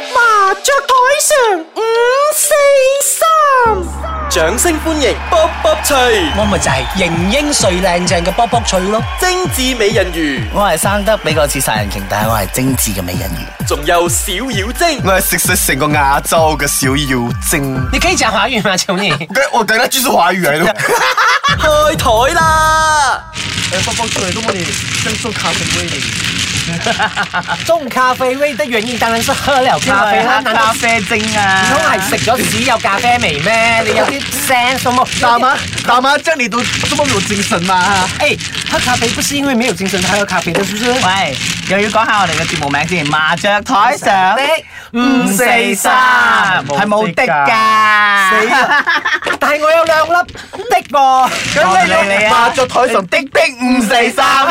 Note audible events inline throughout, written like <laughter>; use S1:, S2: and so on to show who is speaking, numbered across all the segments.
S1: 雀台上五四三，掌聲歡迎卜卜脆，
S2: 我咪就係型英帥靚正嘅卜卜脆咯。
S1: 精緻美人魚，
S2: 我係生得比較似殺人鯨，但係我係精緻嘅美人魚。
S1: 仲有小妖精，
S3: 我係食食成個亞洲嘅小妖精。
S2: 你可以講華語嗎，求
S4: <laughs>
S2: 你？
S3: 我等下繼續華語嚟
S2: <laughs>
S3: 咯。
S1: 開台啦！
S4: 包包出嚟咁，我哋將做咖啡威嚟。
S2: 中咖啡味的原因當然是喝了咖啡啦，難道
S4: 啡精啊
S2: 啊唔通係食咗屎有咖啡味咩？你有啲 sense 好冇？
S4: 大媽，大媽，這樣你都這麼有精神嘛？
S2: 哎，喝咖啡不是因為沒有精神才喝咖啡的，是不是？
S5: 喂，又要講下我哋嘅節目名先，麻雀台上
S2: 五
S5: 係冇的㗎。
S2: 但係我有兩粒的喎。
S5: 咁你嚟啊！麻雀台上的的五四三啊！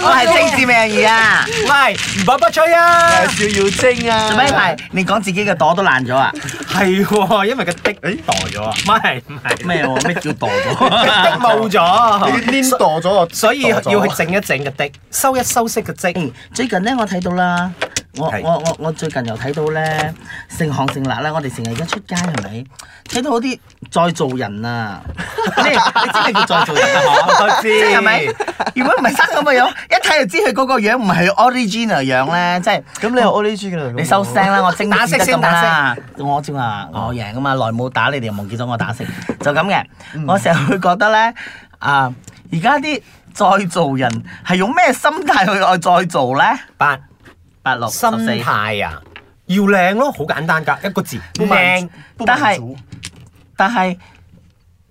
S5: 我係精緻美人魚啊！
S2: 喂，卜卜脆啊！
S4: 小妖精啊！
S5: 做咩排？你講自己嘅朵都爛咗啊？
S2: 係喎，因為個的袋咗啊。唔係唔係，
S5: 咩喎？咩叫朵
S2: 的
S5: 咗？
S2: 冇咗，
S3: 黏墮咗啊我，
S2: 所以要去整一整個的，收一收息個積。
S5: 嗯最近咧，我睇到啦，我
S2: 係
S5: 我我我最近又睇到咧，成行成辣啦，我哋成日而家出街係咪？睇到嗰啲再造人啊！ <laughs> 你你知咩叫再造人啊？
S2: 我知
S5: 即係咪？如果唔係生咁嘅樣，一睇就知佢嗰個樣唔係 original 樣咧，即係。
S4: 咁你又 O 呢豬嘅啦？
S5: 你收聲啦！我精
S2: 打
S5: 緻
S2: 色
S5: 得
S2: 先
S5: 咁
S2: 打色
S5: 啦，我知嘛，我贏啊嘛，耐冇打你哋又忘記咗我打色，就咁嘅。我成日會覺得咧，啊，而家啲再造人係用咩心態去愛再造咧？
S2: 八
S5: 八六
S2: 心
S5: 十四
S2: 態啊，要靚咯，好簡單㗎，一個字靚
S5: 靚。，但係但係，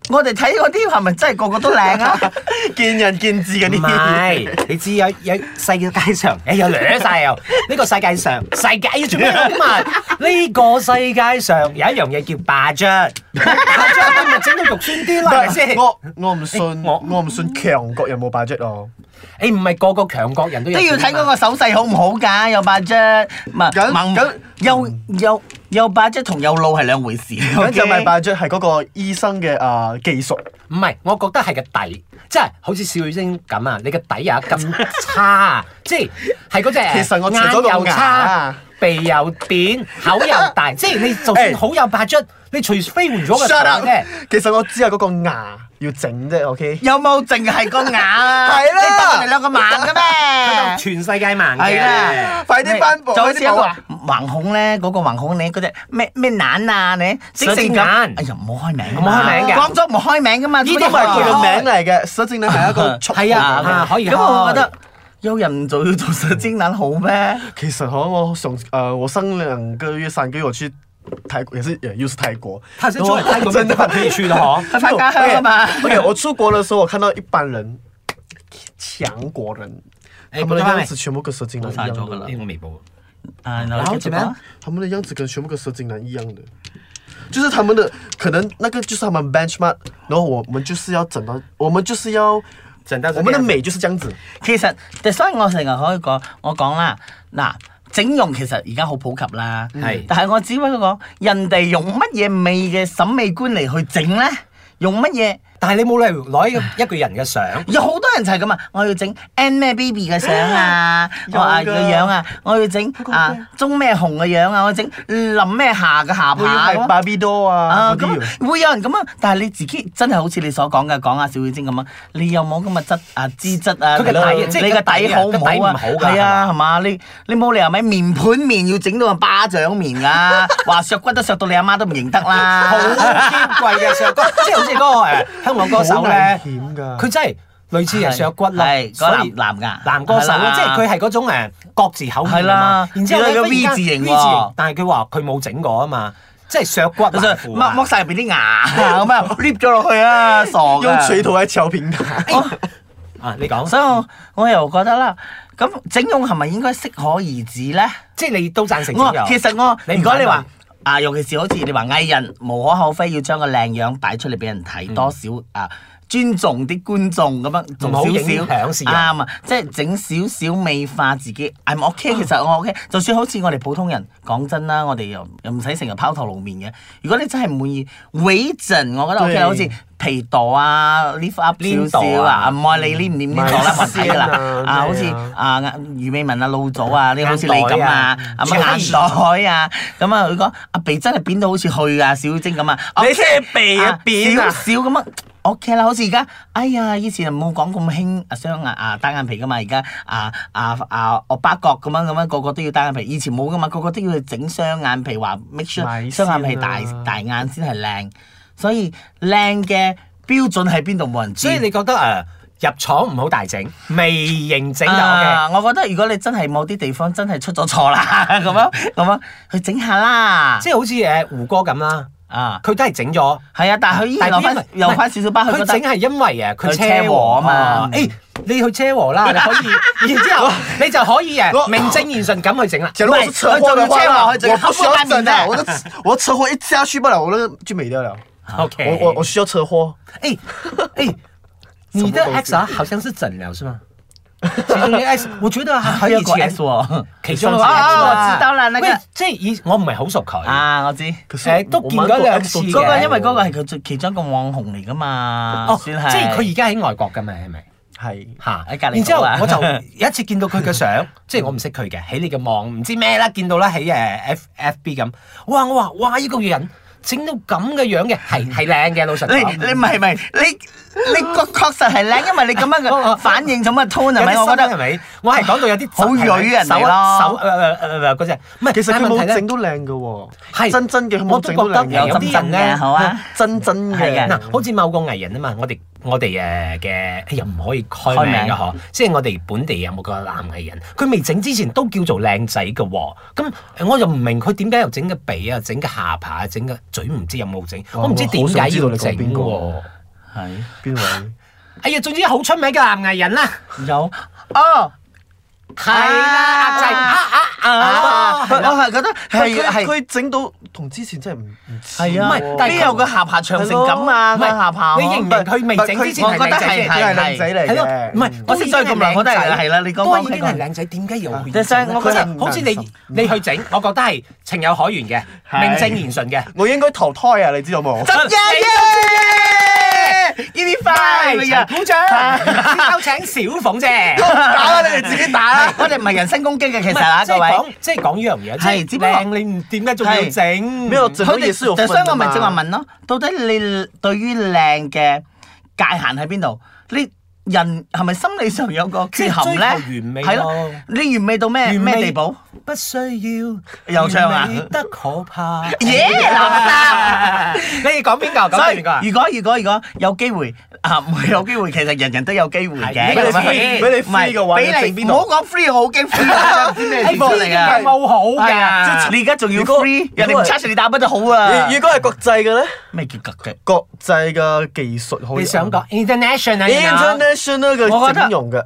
S5: 我哋睇嗰啲係咪真係個個都靚啊？
S4: 見仁見智嘅
S2: 唔
S4: 呢 <laughs> 啲。
S2: 係， <laughs> 你知有有世界
S4: <laughs>
S2: 上，誒又掠晒又呢個世界上，世界要做咩咁
S4: <laughs>
S2: 啊？呢個世界上有一樣嘢叫霸張，霸張咁咪整到肉酸啲啦，係咪先？
S4: 我我唔信，
S2: 我
S4: 我我唔信強國有冇 budget 咯。
S2: 誒唔係個個強國人都有
S5: 都要睇嗰個手勢好唔好㗎，有八隻，唔係
S4: 咁
S5: 猛
S4: 咁
S5: 有有有八隻同有路係兩回事。
S4: 咁就咪
S5: OK？
S4: budget 係嗰個醫生嘅啊技術。
S2: 唔係，我覺得係個底，即係好似小雨星咁啊！你個底啊咁
S4: <laughs>
S2: 差，即係係嗰隻
S4: 其實我除咗個
S2: 眼又差
S4: 牙，
S2: 鼻又扁，口又
S4: <laughs>
S2: 大，即係你就算好有八卒，你除非換咗個
S4: Shut
S2: 頭
S4: up！
S2: 啫。
S4: 其實我只係嗰個牙要整啫，OK。
S5: 有冇淨係個牙啊？
S4: <laughs> 係啦
S5: 你得我哋兩個盲嘅咩？
S2: 全世界盲
S5: 係
S2: 嘅，
S5: 啦，
S4: 快啲頒布
S5: 就好似一
S4: 快啲
S5: 個
S4: 報啊
S5: 盲孔咧，嗰個盲孔你嗰隻咩咩眼啊你，整
S2: 蛇
S5: 成
S2: 精
S5: 咁
S2: 眼
S5: 哎呀唔好開名㗎
S2: 唔好
S5: 嘛，
S2: 開名㗎
S5: 講咗唔開名㗎嘛，呢
S2: 啲
S4: 因為佢
S2: 個
S4: 嘅名嚟嘅，所以正咧係
S2: <laughs>
S4: 一個速
S2: 啊係啊啊可以
S5: 咁我
S2: 開
S5: 覺得有人唔做要做蛇精眼好咩？
S4: 其實可我上呃，我上兩個月、三個月我去泰國，也是也又是泰國。
S2: 他是出來泰國
S4: <laughs> 真的
S2: 沒有可以 <laughs> 去的哦
S5: 佢翻家鄉啊嘛
S4: OK，我出國的時候，我看到一班人，強國人，
S2: 哎
S4: 他們
S2: 不
S4: 的
S2: 知道
S4: 樣子全部跟蛇精男一
S5: 我
S4: 樣
S5: 刪咗㗎
S4: 的
S5: 啦，
S2: 因為我沒播。
S5: 啊，然
S4: 然後
S5: 後怎
S4: 怎麼
S5: 麼
S4: 樣
S5: 樣？？
S4: 他們的樣子跟全部跟蛇精男一樣的，就是他們的可能那個就是他們 benchmark，然後我們就是要整到，我們就是要
S2: 整到這個
S4: 我們的美就是這樣子。
S5: 其實，所以我成日可以講，我講啦，嗱，整容其實而家好普及啦，
S2: 係
S5: 但係我只不過講，人哋用乜嘢美嘅審美觀嚟去整咧？用乜嘢？
S2: 但係你冇理由攞一一個人嘅相，
S5: 有好多人就係咁啊！我要整 N 咩 baby 嘅相
S4: <laughs>
S5: 啊，我
S4: 有
S5: 啊
S4: 㗎
S5: 個樣啊，我要整啊鍾咩紅嘅樣啊，我要整林咩霞嘅下
S4: 我要
S5: 巴
S4: 買
S5: 咁啊
S4: 芭比多啊
S5: 啊，
S4: 嗰啲
S5: 咁會有人咁啊，但係你自己真係好似你所講嘅，講阿小妖精咁啊，你有冇咁嘅質啊資質啊？
S2: 佢個底即係
S5: 你個
S2: 個底啊
S5: 底好
S2: 個
S5: 唔好啊？
S2: 底唔好㗎
S5: 係
S2: 係嘛
S5: 啊，係嘛？你你冇理由咪面盤面要整到個巴掌面
S2: <laughs>
S5: 㗎，話削骨都削到你阿媽都唔認得啦。
S2: <laughs> 好矜貴嘅削骨，即係好似嗰個誒香港歌手咧
S4: 好危險，㗎
S2: 佢真係類似係啊削骨啦，
S5: 係
S2: 所以
S5: 嗰男男㗎
S2: 男歌手啊
S5: 係
S2: 啦
S5: 啦，
S2: 即係佢係嗰種誒各自口面啊嘛
S5: 係啦，
S2: 然之後咧
S5: 有個
S2: 忽然間
S5: V 字形喎
S2: V 字形，但係佢話佢冇整過啊嘛，即係削骨
S5: 佢就
S2: 難
S5: 剝
S2: 負啊
S5: 剝晒入邊啲牙 <laughs> 咁啊，lift 咗落去啊，傻㗎
S4: 用錘頭來敲平它。
S2: 啊！你講，
S5: 所以我我又覺得啦，咁整容係咪應該適可而止咧？
S2: 即係你都贊成整
S5: 我
S2: 容
S5: 其實我
S2: 你唔
S5: 如果
S2: 反
S5: 你
S2: 對
S5: 話啊，尤其是好似你話藝人無可厚非要將個靚樣擺出嚟俾人睇，多少啊尊重啲觀眾咁樣，做
S2: 唔好
S5: 少
S2: 影響視
S5: 少
S2: 人
S5: 啱啊，即係整少少美化自己。I'm OK，其實我 OK。就算好似我哋普通人，講真啦，我哋又又唔使成日拋頭露面嘅。如果你真係唔滿意，委陣，我覺得 OK 啦，
S4: 對
S5: 好似皮度啊，lift up 少
S2: 黏
S5: 少
S2: 度
S5: 啊，
S2: 啊
S5: 唔愛你黏唔黏呢度啦，
S4: 咪
S5: 我睇㗎啦
S4: 先啊。
S5: 啊，好似
S4: 咩啊
S5: 啊余美文啊、老祖啊，呢好似你咁
S2: 眼袋
S5: 啊
S2: 啊，
S5: 啊乜眼袋海啊，咁啊佢講阿鼻真係扁到好似去啊小精咁啊，
S2: 你即係鼻啊扁啊
S5: 少少咁啊。OK 啦，好似而家，哎呀，以前冇講咁興啊雙眼啊單眼皮噶嘛，而家啊啊啊惡巴角咁樣咁樣，個個都要單眼皮，以前冇噶嘛，個個都要去整雙眼皮，話 make sure
S4: 咪
S5: 雙眼皮
S4: 先
S5: 大
S4: 啊
S5: 大眼先係靚，所以靚嘅標準喺邊度冇人知。
S2: 所以你覺得誒入廠唔好大整，微型整就 OK。
S5: 啊我覺得如果你真係某啲地方真係出
S2: <laughs>
S5: 咗錯啦，咁樣咁樣去整下啦。
S2: 即係好似誒胡歌咁啦，
S5: 啊，
S2: 佢都係整咗，
S5: 係啊，但係佢依然
S2: 但係佢
S5: 留
S2: 因
S5: 翻
S2: 為
S5: 留翻少少疤，佢覺
S2: 佢整
S5: 得
S2: 係因為誒
S5: 佢
S2: 佢車
S5: 車禍
S2: 禍
S5: 啊
S2: 啊
S5: 嘛
S2: 嘛。誒，你去車禍
S5: <laughs>
S2: 啦，你可以，然之後你就可以
S4: 我
S2: 誒名正言順咁去整啦。
S4: 假如我是车祸的话啦，
S5: 不是我就有车祸
S4: 我不需要整
S5: 我
S4: 的，
S5: 不
S4: 我的我车祸一下去不了，我那个就没掉了。
S2: OK，
S4: 我我我需要车祸，
S2: 哎哎，你的
S4: 什么东
S2: X
S4: 西
S2: 啊，好像是整了是吗？其中
S5: <laughs>
S2: 一個 X，我覺得還
S5: 佢
S2: 有
S5: 啊有
S2: 以
S5: 個 S
S2: 前
S5: 喎。
S2: 其中一個
S5: 啊
S2: X
S5: 啊，我知道啦，那個
S2: 喂，即係以我唔係好熟佢，
S5: 啊，我知。
S4: 可是
S2: 誒都見咗兩次嘅
S5: 嗰個因為嗰個係佢最其中一個網紅嚟噶嘛，
S2: 哦，即
S5: 算係。
S2: 係佢而家喺外國㗎嘛，係咪？
S4: 系
S2: 嚇
S5: 喺隔離
S2: 然之後
S5: 島啊
S2: 我
S5: <laughs>
S2: 就有一次見到佢嘅相，即係我唔識佢嘅，喺你嘅網唔知咩啦，見到啦喺誒 F F B 咁，哇！我話哇呢個人整到咁嘅樣嘅，係係靚嘅，老實
S5: 你
S2: 講。
S5: 你唔係唔係你你個確實係靚，因為你咁樣
S2: <laughs> 哦哦
S5: 嘅反應咁嘅 tone
S2: 有
S5: 係咪？
S2: 啲
S5: 我覺
S2: 心
S5: 得
S2: 啦係咪？我係講到有啲
S5: 好鋭人嚟咯
S2: 手手誒誒誒嗰只，唔係
S4: 其實
S2: 但
S4: 佢
S2: 係問題
S4: 冇
S2: 咧
S4: 整到靚嘅喎，
S2: 係
S4: 真真嘅佢
S2: 我
S4: 冇
S2: 都
S4: 整
S2: 覺
S4: 到
S2: 得
S4: 靚
S5: 有
S4: 嘅，
S2: 有啲啊人
S5: 真真嘅
S2: 咧，
S5: 好啊
S4: 真真
S5: 係
S4: 嘅。
S2: 嗱，好似某個藝人啊嘛，我哋我哋誒嘅哎呀唔可以開名
S5: 開
S2: 嘅
S5: 名
S2: 嗬，即係我哋本地有冇個男藝人，佢未整之前都叫做靚仔嘅喎，咁我就唔明佢點解又整個鼻啊，整個下巴，整個嘴唔知有冇整，
S4: 哇
S2: 我唔知點
S4: 哦我好
S2: 解
S4: 想知
S2: 要
S4: 道你講
S2: 整
S4: 邊個
S2: 喎。
S5: 係
S4: 邊位？
S2: 哎呀，總之好出名嘅男藝人啦，
S5: 有哦。
S2: 係啦，阿仔啊啊
S5: 啊！
S2: 啊！
S5: 我係覺得係
S4: 佢
S5: 係
S4: 佢整到同之前真係唔唔似
S5: 係啊，
S2: 唔
S4: 喎，
S2: 係但係
S5: 邊有個下巴長成咁啊？
S2: 唔
S5: 個
S2: 係
S5: 下巴
S2: 你認唔認佢未整之前係靚仔
S5: 我覺得係
S2: 先？
S5: 係
S4: 佢係靚仔
S2: 係
S4: 嚟嘅，
S2: 咯，唔係
S5: 我識咗佢咁耐我都係係啦你講
S2: 都
S5: 講
S2: 已經
S5: 講
S2: 係靚仔，點解又會
S5: 即係所以我覺得
S2: 好似你你去整，我覺得係情有可原嘅，
S4: 係
S2: 名正言順嘅。
S4: 我應該投胎啊！你知道冇？
S5: 真嘅耶！呢啲快
S2: 係
S5: 咪啊！
S2: 鼓掌，先請小鳳啫。
S4: 打啦，你哋自己打啦！
S5: 我 <laughs> 哋唔係人身攻擊嘅，其
S2: 唔
S5: 實啊，
S2: 係即
S5: 各
S2: 係
S5: 位。
S2: 講，即係講呢樣嘢，
S5: 係只
S2: 即
S5: 不過
S2: 係靚，你唔點解仲要
S5: 係
S2: 整？
S4: 沒有整
S5: 佢
S4: 個
S5: 哋
S4: 也是有
S5: 就
S4: 分
S5: 所以我
S4: 的
S5: 咪
S4: 嘛。
S5: 正話問咯，到底你對於靚嘅界限喺邊度？你人係咪心理上有個缺陷
S2: 即係
S5: 咧？
S2: 追求完美咯
S5: 係咯，你完美到咩
S2: 完美
S5: 咩地步？
S2: 不需要，
S5: 又唱啊
S2: 完美得可怕。哎
S5: 耶！
S2: 你哋講邊個？講
S5: 所
S2: 邊個啊
S5: 以？如果如果如果有機會啊， <laughs> 唔係有機會，其實人人都有機會嘅。
S2: 係俾你
S5: 咁樣
S2: free，
S4: 俾你
S5: 唔係
S4: free 嘅話你
S5: 俾
S4: 整
S5: 你
S4: 邊
S5: 唔
S4: 度
S5: 好講 free 好驚 free 啊，唔知咩
S2: 你
S5: 嚟
S2: 呢啲
S5: 㗎。
S2: 冇好
S5: 係啊
S2: 㗎，，
S5: 你而家仲要
S4: 如果
S5: free，人哋唔
S4: 如果
S5: charge 你打乜都好啊
S4: 如。如果係國際嘅咧，
S5: 咩叫格嘅？
S4: 國際嘅技術可以
S2: 你想講 international 啊？
S5: 我
S4: international
S5: 覺得
S4: 嘅整容嘅，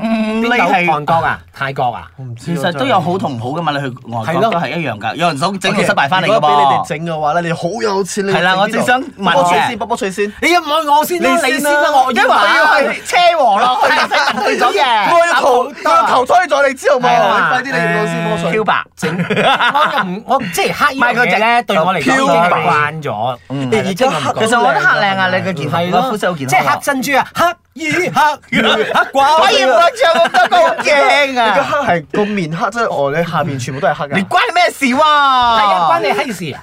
S5: 嗯，你
S2: 邊
S5: 係
S2: 度？韓國啊？泰國啊？
S4: 我唔知
S5: 其
S4: 啊。
S5: 實都有好同唔好噶嘛，你去外
S2: 係
S5: 國
S2: 咯
S5: 都係一樣噶，有人想整
S4: 真
S5: 到
S4: 係
S5: 失敗翻嚟
S4: 如
S5: 噶
S4: 果俾你哋
S5: 噃。
S4: 整嘅話咧，你好有錢。你
S5: 係啦
S4: 整
S5: 我
S4: 邊
S5: 正
S4: 度
S5: 想問
S4: 卜卜脆
S5: 嘅
S4: 先，卜卜脆先。
S2: 你要問我先啦，
S4: 你
S2: 你
S4: 先
S2: 先
S4: 啦
S2: 啦，我
S5: 因為
S2: 要
S5: 要去車禍咯，
S2: <laughs>
S5: 我係問佢咗嘅。
S4: 我要投，我要投胎咗，你知道冇？
S2: 係啊
S4: 快啲嚟到先卜卜脆
S5: Q。白
S4: <laughs>
S2: 整， <laughs> 我又唔，我即係黑呢樣嘢咧，對我嚟講已經係慣咗。嗯
S4: 而家黑
S5: 其實我覺得黑靚啊，你嘅健康，
S2: 係
S5: 個
S2: 咯，
S5: 膚色好
S2: 即
S5: 健康
S2: 係黑
S5: 啊。
S2: 珍珠 <laughs> 啊，黑魚、黑魚、黑寡
S5: 可以唔
S2: 婦。
S5: 好唱咁多好驚
S4: 你個
S5: 啊！
S4: 黑係個面黑，即係我你下面全部都係黑
S5: 你
S4: 㗎。
S5: 關你咩事喎？
S2: 係
S5: 係
S2: 啊，關你閪事啊！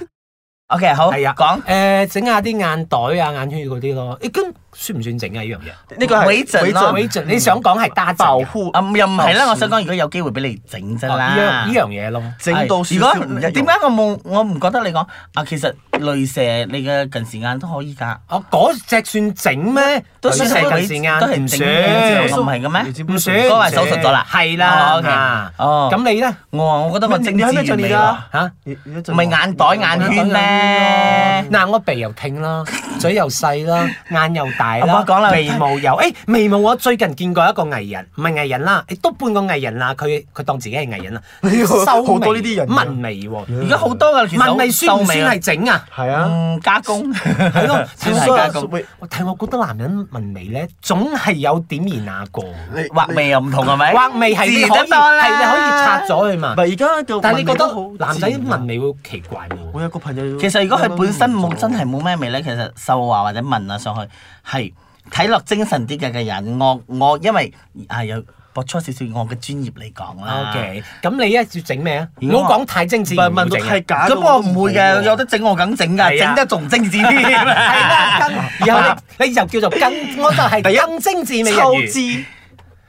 S5: OK，好，
S2: 係啊，
S5: 講
S2: 誒整下啲眼袋啊、眼圈嗰啲咯。誒，咁算唔算整啊？呢樣嘢？
S4: 呢個係
S5: 微整咯
S2: 喂陣你想講係打整
S4: 保
S2: 啊
S4: 護
S5: 啊，又唔係啦。我想講，如果有機會俾你整啫啦。
S2: 呢樣呢樣嘢咯。
S4: 整到
S5: 係
S4: 少
S5: 如果
S4: 少唔一樣。
S5: 點解我冇我唔覺得你講啊？其實雷射你嘅近視眼都可以㗎。
S2: 我嗰只算整咩？
S5: 都
S2: 算
S5: 算
S2: 係
S5: 係
S2: 近視眼，
S5: 都係整
S2: 唔
S5: 嘅
S2: 算
S5: 唔係嘅咩？
S2: 唔算，
S5: 嗰個係手術咗啦
S2: 係
S5: 哦
S2: 啦
S5: ，OK，
S2: 啊
S5: 哦
S2: 咁你咧
S5: 我話我覺得我
S4: 你
S5: 政
S4: 你
S5: 治
S4: 喺咩陣
S5: 完美
S4: 嚟
S5: 喎
S4: 㗎？
S2: 嚇？
S4: 你你一陣
S5: 唔係
S4: 話
S5: 眼袋眼圈咩？
S2: 嗱，我鼻又挺
S4: <laughs>
S2: 啦，嘴又細啦，眼又大
S5: 阿
S2: 啦
S5: 媽講啦，
S2: 眉毛又誒眉毛，我最近見過一個藝人，唔係藝人啦，都半個藝人啦，佢佢當
S4: <laughs>
S2: 自己係藝人啦，
S4: 你有
S2: 修眉
S4: 好多呢啲人㗎
S2: 紋眉喎，
S5: Ừ. 而家好多㗎，其實
S2: 紋眉算
S5: 瘦
S2: 唔
S5: 眉
S2: 算
S5: 啊
S2: 係整啊？
S4: 係啊，
S5: 嗯，加工
S2: 係咯，
S5: 先
S2: 所
S5: 係
S2: 以
S5: 加工，
S4: 喂
S2: 我但係我覺得男人紋眉咧，總係有點而那個。
S4: 你
S5: 畫眉又唔同係咪？
S2: 畫眉係你
S5: 自
S2: 可
S5: 得
S2: 以
S5: 多啦，
S2: 係你可以拆咗佢嘛
S4: 唔。係而家就
S2: 但係你覺
S4: 紋
S2: 得
S4: 眉都好
S2: 男仔
S4: 自然啊
S2: 紋眉會奇怪
S4: 我
S2: 冇？
S4: 有個朋友，
S5: 其實如果佢本身冇真係冇咩味咧，其實瘦啊或者紋啊上去係睇落精神啲嘅嘅人，我我因為啊有博出少少我嘅專業嚟講啦。
S2: OK，咁你一要整咩啊？唔
S5: 如果
S2: 好
S5: 我
S2: 講太精緻，
S4: 唔係
S2: 唔
S4: 問到
S2: 整啊
S4: 太假，
S5: 咁我唔會嘅，有
S4: 得
S5: 得整我梗整
S2: 係
S5: 㗎，
S2: 啊
S5: 整得仲精緻 <laughs> 啲。
S2: 係啦，跟然後你你就叫做更，我就係
S3: 第一
S2: 更精緻美人
S3: 抽
S2: 魚。
S3: 脂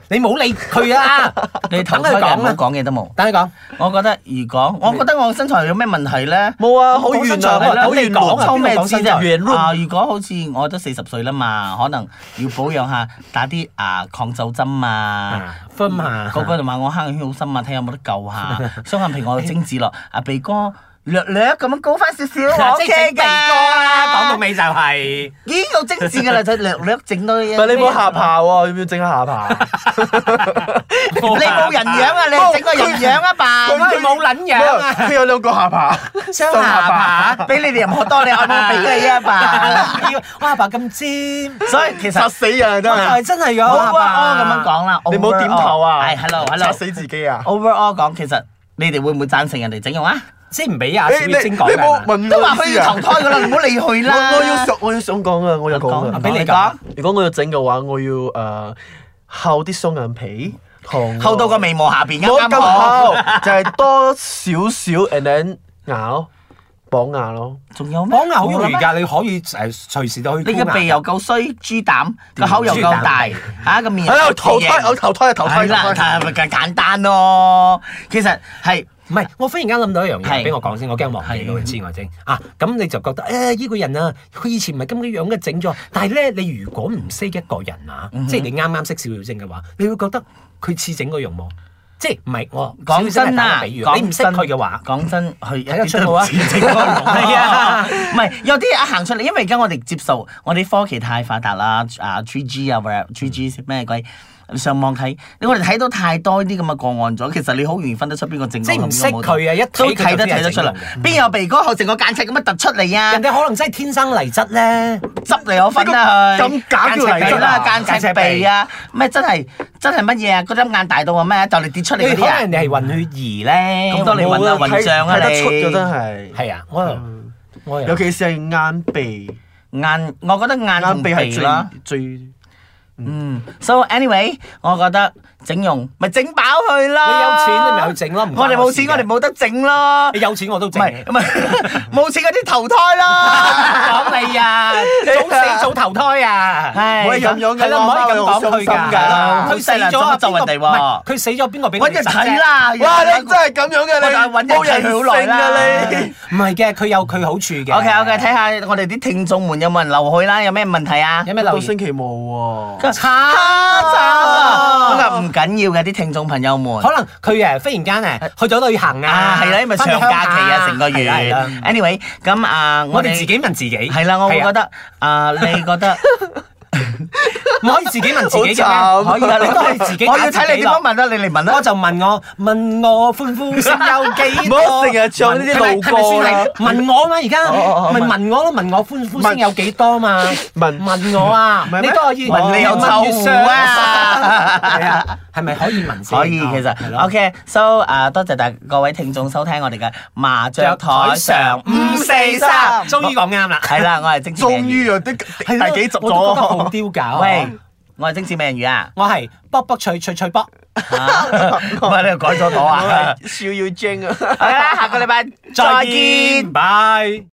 S2: 你冇理佢啊，
S5: 你頭
S2: 等佢
S5: 開嘅唔
S2: 講
S5: 好
S2: 啦，
S5: 講嘢都冇。
S2: 等佢講。
S5: 我覺得如果我覺得我身材有咩問題咧？
S4: 冇啊，好
S2: 我身
S4: 遠
S2: 材
S4: 啊，
S2: 好啊好
S4: 好
S2: 遠
S4: 遠
S2: 講啊
S5: 抽咩
S2: 邊
S5: 脂
S2: 個講身
S5: 啫？啊，如果好似我都四十歲啦嘛，可能要保養下，打啲啊抗皺針啊。
S2: 分下
S5: 個個就話我黑眼圈好深啊，睇下有冇得救下。雙眼皮我有精子咯，啊鼻哥略略咁樣高翻少少
S2: 嗱
S5: 我
S2: 即係整
S5: ，OK
S2: 鼻哥啦，講到
S5: 㗎。
S2: 尾就係
S5: 已經有精子㗎啦，就略略整到。唔
S4: 唔係你冇下巴喎，要唔要整下下巴？
S2: 你
S5: 你冇人樣啊！你整個人樣啊吧，
S2: 佢冇撚
S5: Dạ,
S2: 樣啊，
S4: 佢有兩個下巴，
S5: <laughs>
S2: 雙下
S4: 雙下
S2: 巴
S4: 巴。
S5: 俾你哋任何多，你按摩俾你啊吧。
S2: <laughs> 哇！阿爸咁尖，
S5: 所以其實
S4: 殺死人真
S2: 我就係
S4: 係，
S2: 真係有
S5: 好
S2: 阿
S5: 啊，
S2: 爸
S5: 咁樣。講啦，
S4: 你冇點頭啊！
S5: 係 ờ. hello
S4: 殺
S5: hello。
S4: 死自己啊！
S5: overall 講，其實你哋會唔會贊成人哋整容啊？
S2: 即係唔俾阿小
S4: 你你
S2: 月
S4: 你
S2: 晶講
S4: 冇
S2: 㗎嘛，
S4: 問
S5: 都話
S4: 我
S5: 佢
S4: 意思
S5: 要
S4: 啊
S5: 投！胎噶啦，唔好理佢
S4: 我
S5: 啦。
S4: 我要想我要想講啊！我有講
S5: 講，
S4: 啊！
S2: 俾你
S5: 你
S2: 講
S5: 講，
S4: 如果我要整嘅話，我要誒厚啲雙眼皮，同
S5: 後到個眉毛下邊
S4: 冇
S5: 啱啱
S4: 咁
S5: 好。
S4: 厚，就係多少少 and then 牙咯，綁牙咯。
S5: 仲有咩？
S2: 講牙好容易㗎，你可以誒隨時都去
S5: 你
S2: 箍牙
S5: 嘅鼻又夠衰，豬膽個口又夠大
S2: 豬，
S5: 嚇個面又
S4: 喺度投
S5: 夠
S4: 胎，我
S5: 型。
S4: 投胎啊，投胎
S5: 係啦，
S4: 投胎
S5: 係咪簡簡單咯？其實係
S2: 唔係，我忽然間諗到一樣嘢，
S5: 係
S2: 俾我講先，我驚忘記到
S5: 係
S2: 痴呆症啊！咁你就覺得誒呢個人啊，佢以前唔係咁嘅樣嘅整咗，但係咧你如果唔識一個人啊，
S5: 嗯
S2: 即係你啱啱識小妖精嘅話，你會覺得佢似整個容冇，即係唔係我
S5: 講
S2: 小妖精係
S5: 真
S2: 打個
S5: 啊，
S2: 比喻
S5: 講
S2: 你唔識
S5: 真
S2: 佢嘅話，
S5: 講真，佢一
S2: 睇得出
S5: 啲都
S2: 冇啊
S5: 唔似正常 <laughs> 人
S2: 係啊
S5: 唔係有啲一行出嚟，因為而家我哋接受我哋科技太發達啦，啊 three G 啊或者 three G 咩鬼，上網睇，我哋睇到太多呢啲咁嘅個案咗，其實你好容易分得出邊個正
S2: 即係唔
S5: 常，邊個冇
S2: 識佢啊一睇
S5: 都
S2: 佢就
S5: 睇得
S2: 知係
S5: 睇得出嚟
S2: 正，嗯
S5: 邊有鼻哥後成個間尺咁樣突出嚟啊
S2: 人，哋可能真係天生麗質咧。
S5: 執嚟我份啦佢。
S4: 咁假叫
S2: 間尺
S5: 鼻
S2: 鼻
S4: 嚟
S5: 啦，
S4: 啦！
S5: 間尺鼻啊，咩真係真係乜嘢啊？嗰粒眼大到啊咩，就嚟跌出嚟
S2: 你
S5: 嗰
S2: 可
S5: 啲啊
S2: 能！你係混血兒咧，
S5: 咁多
S2: 會
S5: 你
S2: 唔
S5: 混
S2: 會
S5: 啊混帳啊
S4: 睇得
S5: 你
S4: 出嘅真係，
S2: 係啊，我又
S5: 嗯
S2: 我又
S4: 尤其是係眼鼻，
S5: 眼，我覺得眼同
S4: 眼鼻
S5: 鼻啦
S4: 係。最最。
S5: 嗯，so Ừ. anyway，我覺得整容咪整飽佢
S2: 你有
S5: 啦。
S2: 錢你咪去整咯，唔關
S5: 我哋冇
S2: 事
S5: 錢，
S2: 嘅
S5: 我哋冇得整咯。
S2: 你有錢我都
S5: 唔
S2: 整。
S5: 係唔 <laughs> 係，冇錢嗰啲投胎啦。
S2: 講你啊，早死早投胎
S5: <laughs>
S2: 啊！
S5: 唉
S4: 唔可以咁樣
S2: 係啦，唔可以咁講佢㗎。
S5: 好
S2: 佢死
S5: 細粒
S2: 咗啊
S5: 就
S2: 邊
S5: 人
S2: 個
S5: 哋
S2: 唔係
S5: 喎。
S2: 佢死咗邊個俾
S5: 揾
S2: 佢
S5: 人
S2: 哋
S5: 睇
S2: 睇啦？
S5: 啦。
S4: 哇！你真係咁樣
S5: 我就係
S4: 嘅
S5: 揾
S4: 你，冇
S5: 人
S4: 人
S5: 砌佢
S4: 性
S5: 好耐啦
S4: 啊
S2: 唔
S4: 你！
S2: 係嘅，佢有佢好處嘅。
S5: OK OK，睇下我哋啲聽眾們有冇人留佢啦，有咩問題啊？
S2: 有咩留
S4: 到
S2: 言啊
S4: 星期冇
S2: 差
S4: 喎。
S5: À,
S2: 差
S5: 啊，不過唔緊要嘅，啲聽眾朋友們。
S2: 可能佢誒忽然間誒去咗旅行啊
S5: 啊，，係啦，因為上假期啊，成個月
S2: 係啦係啦。
S5: anyway，咁 à, 啊，
S2: 我哋自己問自己。
S5: 係啦，我會覺得啊，你覺得
S2: 唔可以自己問自己嘅
S4: 好
S2: 咩？
S4: 慘
S2: 可以啊，你都係自己
S5: <laughs> 我
S2: 揀
S5: 要
S2: 自己
S5: 睇你點
S2: 咯
S5: 樣問啦，你嚟問
S2: 我
S5: 啦。
S2: 就問我問我歡呼聲有幾多？
S4: 唔好成日唱呢啲
S2: 問
S4: 老歌
S2: 係
S4: 啦
S2: 咪先係問我嘛，而家
S4: 哦哦哦
S2: 咪
S4: 問
S2: 問我咯，問我歡呼聲有幾多嘛？
S4: 問
S2: 問我啊
S4: 唔，係
S2: 你
S4: 咩
S2: 都可以
S5: 問你有臭
S2: <laughs>
S5: 狐 <laughs> 啊
S2: 係啊，係咪可以問先？
S5: 可以，其
S2: 係
S5: 實
S2: 咯
S5: OK，so 啊，多謝大各位聽眾收聽我哋嘅麻雀台上
S2: Ừ,
S5: 五四三，
S2: 終於講啱啦。
S5: 係啦，我係精緻美
S4: 終
S5: 人
S4: 於
S5: 魚。
S4: 啊，啲
S2: 係咯
S4: 第幾集
S2: 我都覺得好
S4: <laughs> 咗？
S2: 丟架。！
S5: 喂，，我係精緻美人魚啊
S2: 我係卜卜脆脆脆卜，
S5: 啊唔係你又 à? 改咗我啊！
S4: 笑要精啊！
S5: 好啦，下個禮拜
S2: 拜。